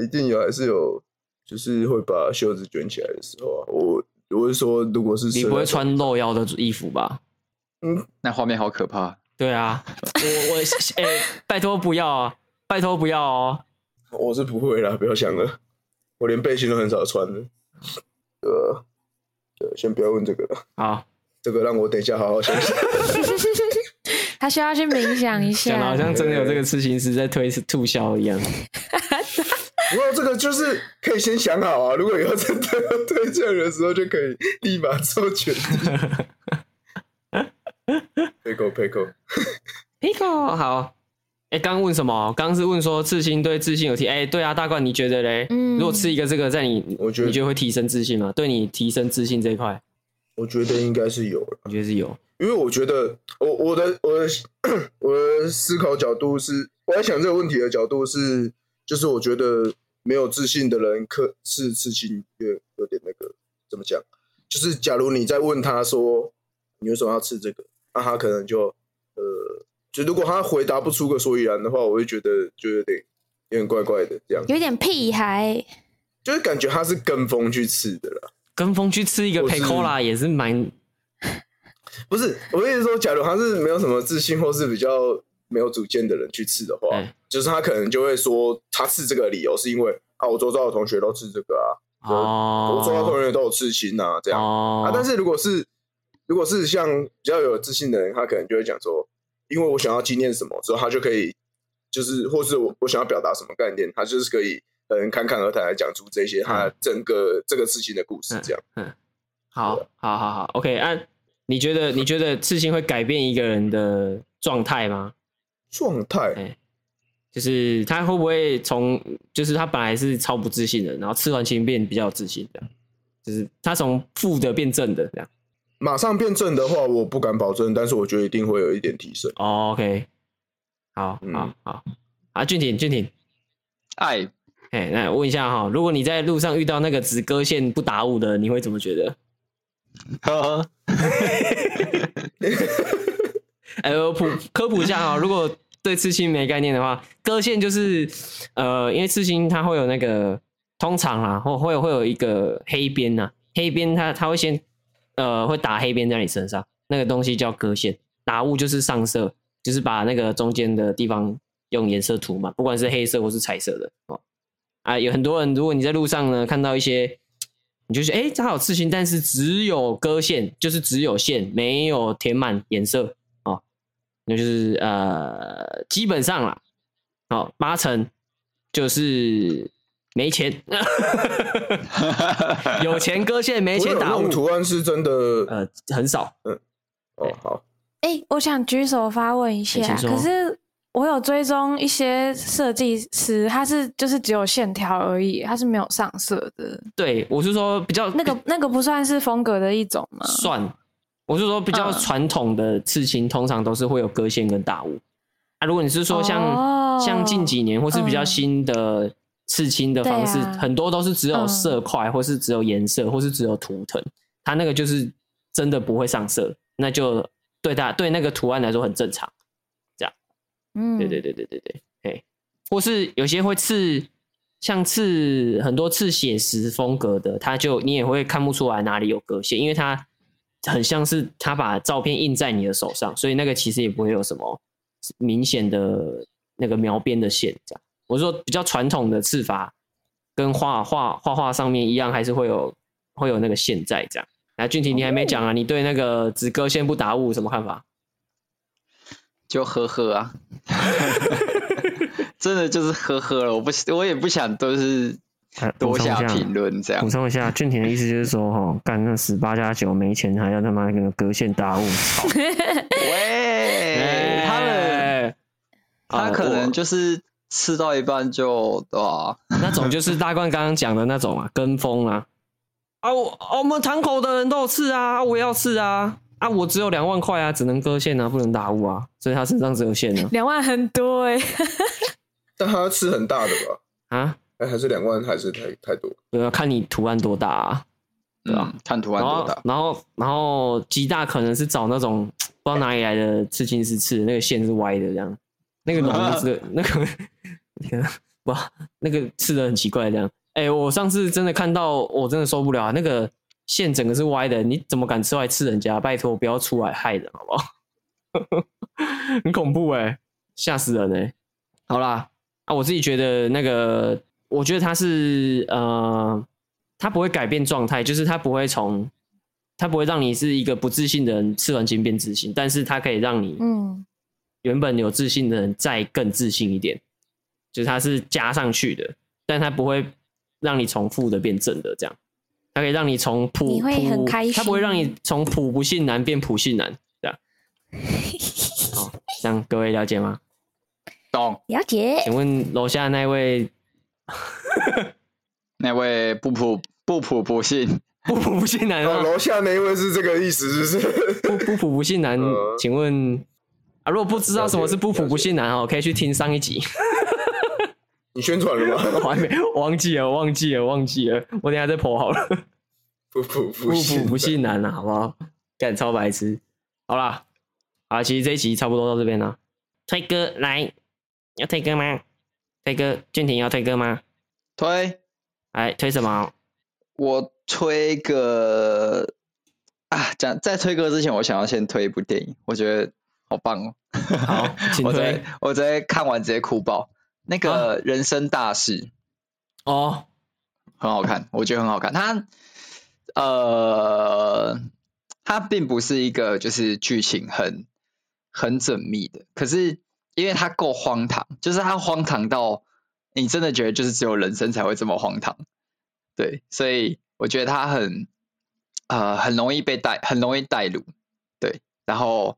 B: 一定有还是有，就是会把袖子卷起来的时候啊，我我是说，如果是
A: 你
B: 睡
A: 不会
B: 在
A: 穿露腰的衣服吧？
C: 那画面好可怕。
A: 对啊，我我哎、拜托不要啊，拜托不要哦。
B: 我是不会啦，不要想了，我连背心都很少穿的，呃，对，先不要问这个了，
A: 好，
B: 这个让我等一下好好想想。
D: (laughs) 他需要去冥想一
A: 讲的好
D: 下，
A: 像真的有这个刺青师在推促销一样。
B: 不过这个就是可以先想好啊，如果以后真的要推荐人的时候，就可以立马做决定。配够配够，
A: Pico 好，哎、刚刚问什么？刚刚是问说自信对自信有提？哎、对啊，大冠你觉得嘞？
D: 嗯
A: 如果吃一个这个，在你
B: 我觉得
A: 你觉得会提升自信吗？对你提升自信这一块，
B: 我觉得应该是有了。
A: 我觉得是有。
B: 因为我觉得我我的我的 (clears throat) 我的思考角度是，我在想这个问题的角度是，就是我觉得没有自信的人可是刺青有有点那个怎么讲，就是假如你在问他说你为什么要吃这个，那他可能就呃，就如果他回答不出个所以然的话，我会觉得就有点有点怪怪的这样，
D: 有点屁孩。
B: 就是感觉他是跟风去吃的啦。
A: 跟风去吃一个
B: 我是
A: p e c o l a 也是蛮
B: 不是，我的意思说，假如他是没有什么自信或是比较没有主见的人去吃的话，
A: 对
B: 就是他可能就会说，他吃这个理由是因为啊，我周遭的同学都吃这个啊，
A: 哦
B: 我周遭的同学都有吃青啊，这样、
A: 哦
B: 啊。但是如果是如果是像比较有自信的人，他可能就会讲说，因为我想要纪念什么，之后他就可以，就是或是我我想要表达什么概念，他就是可以很侃侃而谈来讲出这些
A: 嗯
B: 他整个、这个事情的故事，这样。
A: 好，好，好，好，OK 啊？你觉得你觉得刺青会改变一个人的状态吗？
B: 状态、
A: 哎就是他会不会从，就是他本来是超不自信的，然后刺完青变比较有自信的，就是他从负的变正的这样。
B: 马上变正的话，我不敢保证，但是我觉得一定会有一点提升。
A: 哦、OK，好，
B: 嗯
A: 好，好，啊，俊廷，俊廷，
C: 爱 (laughs)
A: 哎，那问一下哈，如果你在路上遇到那个只割线不打雾的，你会怎么觉得？
C: 呵呵，
A: 哎，我普科普一下啊、如果对刺青没概念的话，割线就是呃，因为刺青它会有那个通常啦，或会有会有一个黑边呐、黑边它它会先呃会打黑边在你身上，那个东西叫割线，打雾就是上色，就是把那个中间的地方用颜色涂嘛，不管是黑色或是彩色的哦。啊，有很多人，如果你在路上呢看到一些，你就觉得哎，诶它有刺青，但是只有割线，就是只有线，没有填满颜色哦。那就是呃，基本上啦，好、八成就是没钱， (laughs) 有钱割线，没
B: 我有
A: 钱哎打
B: 那
A: 雾
B: 种，图案是真的，
A: 呃，很少。
B: 哦，好，
D: 哎、我想举手发问一
A: 哎
D: 下，
A: 请说
D: 可是我有追踪一些设计师，他是就是只有线条而已，他是没有上色的。
A: 对，我是说比较
D: 那
A: (laughs)
D: 个那个不算是风格的一种吗？
A: 算，我是说比较
D: 嗯
A: 传统的刺青，通常都是会有割线跟打雾。啊，如果你是说像、
D: 哦
A: 像近几年或是比较
D: 嗯
A: 新的刺青的
D: 对
A: 方式，
D: 啊
A: 很多都是只有
D: 嗯
A: 色块，或是只有颜色，或是只有图腾，它那个就是真的不会上色，那就对它对那个图案来说很正常。
D: 嗯，
A: 对对对对对对，哎，或是有些会刺，像刺很多刺写实风格的，它就你也会看不出来哪里有割线，因为它很像是他把照片印在你的手上，所以那个其实也不会有什么明显的那个描边的线这样。我说比较传统的刺法跟画画画画上面一样，还是会有会有那个线在这样。来，俊廷，你还没讲啊？你对那个只割线不打雾什么看法？
C: 就呵
A: (laughs)
C: 呵啊，真的就是呵呵了。我不，我也不想都是多下评论这样
A: 补。充一下，俊廷的意思就是说，哈，干那十八加九没钱，还要他妈那个隔线搭雾，操！
C: 喂，他们
A: 哎们
C: 他可能就是吃到一半就对吧、
A: 那种就是大冠刚刚讲的那种啊，跟风啊。啊，我啊我们堂口的人都有吃啊，啊我也要吃啊，啊，我只有两万块啊，只能割线啊，不能打雾啊，所以他身上只有线啊呢、
D: (laughs) 两万很多
A: (laughs)
D: 哎、
B: 但他要吃很大的吧？
A: 啊。啊，
B: 哎，还是两万还是太太多？
A: 对啊，看你图案多大啊。
C: 对吧、嗯看图案
A: 然
C: 多
A: 后
C: 大，，
A: 然后，然后极大可能是找那种不知道哪里来的刺青师刺，那个线是歪的，这样，那个龙
C: (laughs)
A: 是那个，天啊，哇，那个刺的很奇怪，这样。哎、我上次真的看到，我真的受不了啊，那个线整个是歪的，你怎么敢出来刺人家？拜托，不要出来害人，好不好？很恐怖哎、吓死人哎、好啦，啊，我自己觉得那个，我觉得他是呃，他不会改变状态，就是他不会从，他不会让你是一个不自信的人吃完金变自信，但是他可以让你
D: 嗯，
A: 原本有自信的人再更自信一点，就是他是加上去的，但他不会让你从负的变正的这样，他可以让你从普，
E: 你会很开心
A: 他不会让你从普不信男变普信男这
E: (laughs)
A: 样。好，这样各位了解吗？
C: 懂
E: 了解，
A: 请问楼下那位
C: 那位不普不普不信，
A: 不普不信男
B: 哦，
A: 吗？
B: 楼下那一位是这个意思，是不是？ (laughs)
A: 不不普不信男
B: 呃，
A: 请问啊，如果不知道什么是不普不信男哦，可以去听上一集。 (laughs)
B: 你宣传了吗？ (laughs)
A: 我还没我忘记了，忘记了，忘记了，我等一下再剖好了。
B: 不不
A: 不
B: 不
A: 普
B: 信
A: 不信男啊，好不好？干超白痴。好啦，啊，其实这一集差不多到这边啦。推歌来，要推歌吗？推歌，俊廷要推歌吗？
C: 推
A: 哎，推什
C: (laughs)
A: 么？
C: 我推个啊，讲在推歌之前，我想要先推一部电影，我觉得好棒哦。
A: 好，啊请
C: 我昨
A: 推
C: 天我昨天看完直接哭爆，那个人生大事。
A: 哦。
C: 很好看，我觉得很好看。它呃，它并不是一个就是剧情很很缜密的，可是因为它够荒唐，就是它荒唐到你真的觉得就是只有人生才会这么荒唐，对，所以我觉得它很呃很容易被带，很容易带入，对，然后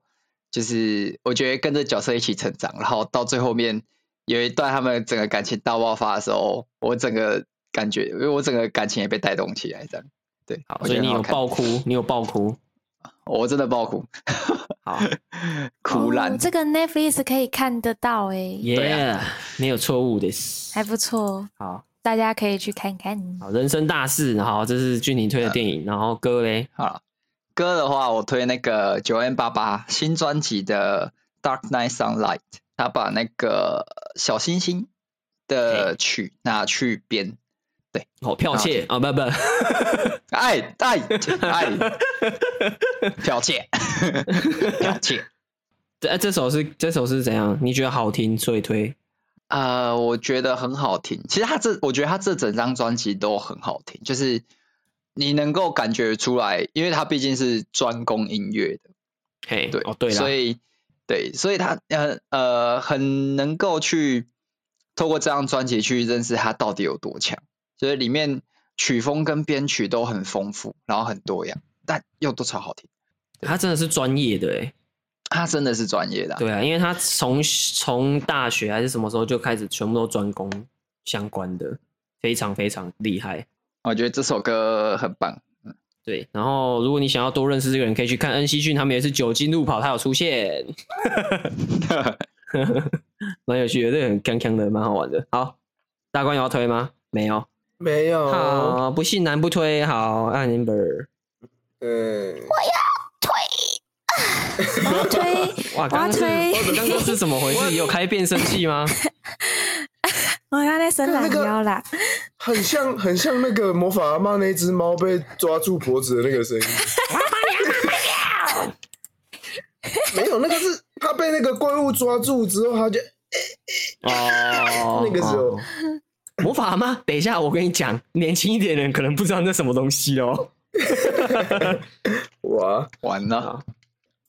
C: 就是我觉得跟着角色一起成长，然后到最后面有一段他们整个感情大爆发的时候，我整个感觉，因为我整个感情也被带动起来，这样对，
A: 好，
C: 我
A: 所以
C: 觉得
A: 你有
C: 很好看
A: 爆哭，你有爆哭。
C: 我真的爆哭， (laughs)
A: 好，
C: 哭烂、
E: 哦这个 Netflix 可以看得到
D: 欸
E: 哎、
A: 耶、
C: 啊
A: 没有错误的。
E: 还不错，
A: 好
E: 大家可以去看
A: (laughs)
E: 看。
A: 好，人生大事，好，这是俊廷推
C: 啊
A: 的电影，然后歌嘞，
C: 好了，歌的话，我推那个九 N 八八新专辑的《Dark Night Sunlight》，他把那个小星星的曲拿去编，
A: 好剽窃啊，不不， (laughs)
C: 哎哎哎，剽窃， (laughs) 剽窃。
A: 这这首是这首是怎样？你觉得好听，所以推
C: 呃，我觉得很好听。其实他这，我觉得他这整张专辑都很好听，就是你能够感觉出来，因为他毕竟是专攻音乐的，
A: 嘿，
C: 对，
A: 哦对了，
C: 所以对，所以他呃呃很能够去透过这张专辑去认识他到底有多强，就是里面曲风跟编曲都很丰富，然后很多样，但又都超好听。
A: 他真的是专业的哎，
C: 他真的是专业的啊、
A: 对啊，因为他从从大学还是什么时候就开始全部都专攻相关的，非常非常厉害。
C: 我觉得这首歌很棒。 (laughs)
A: 对，然后如果你想要多认识这个人，可以去看恩熙俊，他们也是酒精路跑，他有出现，蛮有趣的，这个很锵锵的，蛮好玩的。好，大官有要推吗？没有。
B: 没有。
A: 好，不信男不推。好，按 number。
B: 嗯，
E: 我
D: 哦
E: 要推，
A: 哇，刚刚是
E: 我要推
A: 刚刚是怎么回
B: (laughs)
A: 事？有开变声器吗？
D: 我刚才伸
B: 那
D: 懒
B: 那个
D: 腰啦，
B: 很像很像那个魔法阿妈那只猫被抓住脖子的那
A: (laughs)
B: 个声音。没有，那个是它被那个怪物抓住之后，它就。
A: 哦，
B: 那个时候
A: 哦魔法吗？等一下，我跟你讲，年轻一点的人可能不知道那什么东西哦。
B: 哇，
C: 完
B: 啊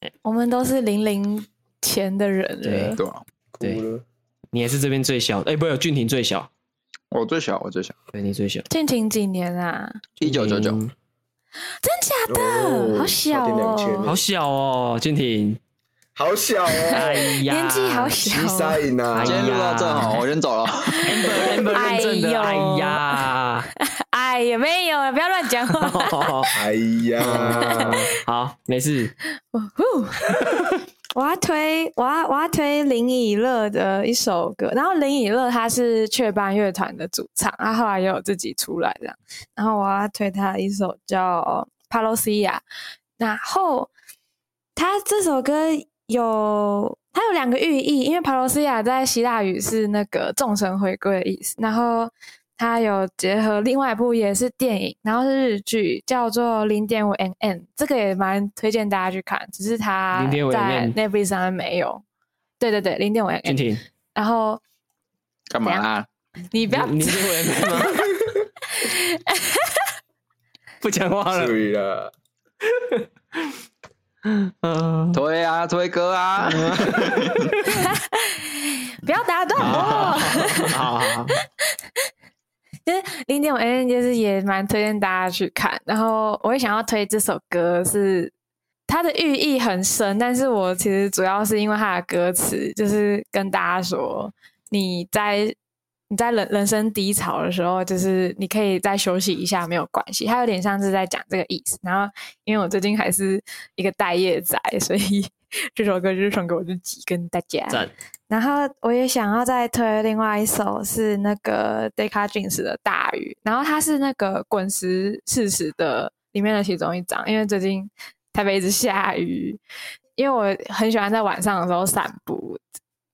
C: 了，
D: 我们都是零零前的人了
A: 对。
C: 对啊，
B: 哭了，
A: 你也是这边最小的，哎、不是，俊廷最小，
C: 我最小，我最小，
A: 对你最小，嗯
D: 俊廷几年啊？
C: 一九九九，
A: 哎
D: 真假的？
B: 哦
E: 好小
B: 差点两
E: 哦
B: 千
A: 好小哦，俊廷，
B: 好小
A: 哎 (laughs)
B: 哦，
A: 呀，
E: 年纪好
B: 西
E: 小
B: 沙
E: 哦，
B: 影啊
A: 哎
C: 今，天录到这
A: 哎
C: 哈，我先走了。
A: ，amber amber 认证的，
D: 哎
A: 哎
D: 呦
A: 呀， (laughs)
D: 哎，也没有了，不要乱讲话。
B: 哎呀，
A: 好，没事，
D: 我要推，我要我要推林以乐的一首歌，然后林以乐他是雀斑乐团的主唱，他后来也有自己出来这样。然后我要推他一首叫《帕洛西亚》，然后他这首歌有它有两个寓意，因为帕洛西亚在希腊语是那个众神回归的意思，然后它有结合另外一部也是电影，然后是日剧，叫做《零点五 N N》，这个也蛮推荐大家去看，只是它
A: 0.5
D: 在
A: NN
D: Netflix 上面没有。对对对，零点五 N
A: 俊
D: N。
A: 廷，
D: 然后
C: (laughs) 干嘛啊？
D: 你不要
A: 你你是我 amber 吗？ (laughs) 不讲话了，
B: 对啦，
A: 嗯，
C: 推啊，推哥啊，
D: 不要打断
A: 好好 (laughs)
D: 我。
A: 好好，
D: 就是零点五 N 就是也蛮推荐大家去看。然后我会想要推这首歌是它的寓意很深，但是我其实主要是因为它的歌词，就是跟大家说你在。你在人人生低潮的时候，就是你可以再休息一下，没有关系。它有点像是在讲这个意思。然后，因为我最近还是一个待业仔，所以 (laughs) 这首歌就是送给我自己跟大家。
A: 赞，
D: 然后我也想要再推另外一首是那个 Deca Jeans 的《大雨》，然后它是那个《滚石事实》的里面的其中一张，因为最近台北一直下雨，因为我很喜欢在晚上的时候散步，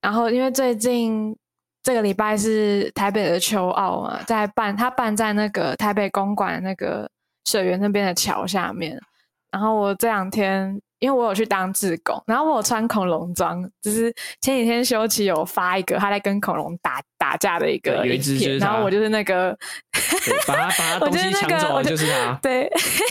D: 然后因为最近这个礼拜是台北的秋奥嘛，在办它办在那个台北公馆那个水源那边的桥下面，然后我这两天因为我有去当志工，然后我有穿恐龙装，就是前几天休息有发一个他在跟恐龙打打架的一个
A: 对有一
D: 影
A: 只就是
D: 片，然后
A: 它
D: 我就是那个。
A: 对把他把他
D: 我
A: 东
D: 觉得
A: 西
D: 那
A: 抢
D: 个
A: 走
D: 我
A: 了，
D: 觉
A: 就是他，
D: 对，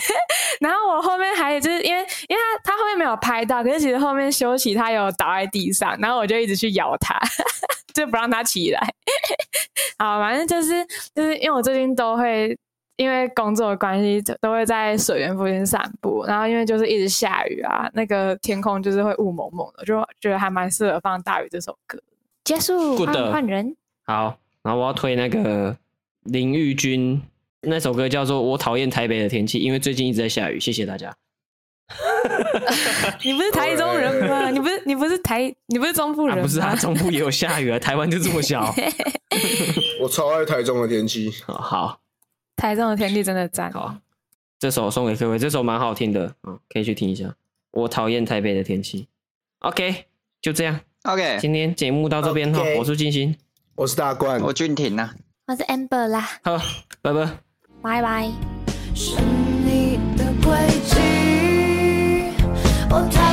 D: (laughs) 然后我后面还就是因为因为他他后面没有拍到，可是其实后面休息他有倒在地上，然后我就一直去咬他， (laughs) 就不让他起来。 (laughs) 好，反正就是就是因为我最近都会因为工作的关系，都会在水源附近散步，然后因为就是一直下雨啊，那个天空就是会雾蒙蒙的，就觉得还蛮适合放《大雨》这首歌。
E: 结束
A: Good
E: 换换人，
A: 好，然后我要推那个林玉君那首歌叫做《我讨厌台北的天气》，因为最近一直在下雨，谢谢大家。
D: (laughs) 你不是台中人吗？你不是你不是台你不是中部
A: 啊，
D: 人吗？
A: 不是啊，中部也有下
D: (laughs)
A: 雨啊，台湾就这么小。
B: 我超爱台中的天气，
A: 好好
D: 台中的天气真的赞。
A: 好，这首送给各位，这首蛮好听的，嗯，可以去听一下。我讨厌台北的天气。OK，就这样，
C: OK，
A: 今天节目到这边哈
B: OK
A: 我是金星，
B: 我是大冠，
C: 我俊廷啊。
E: 我是 Amber 啦，
A: 好，拜拜。
E: 拜拜。
F: 是你的轨迹，我讨哦嗯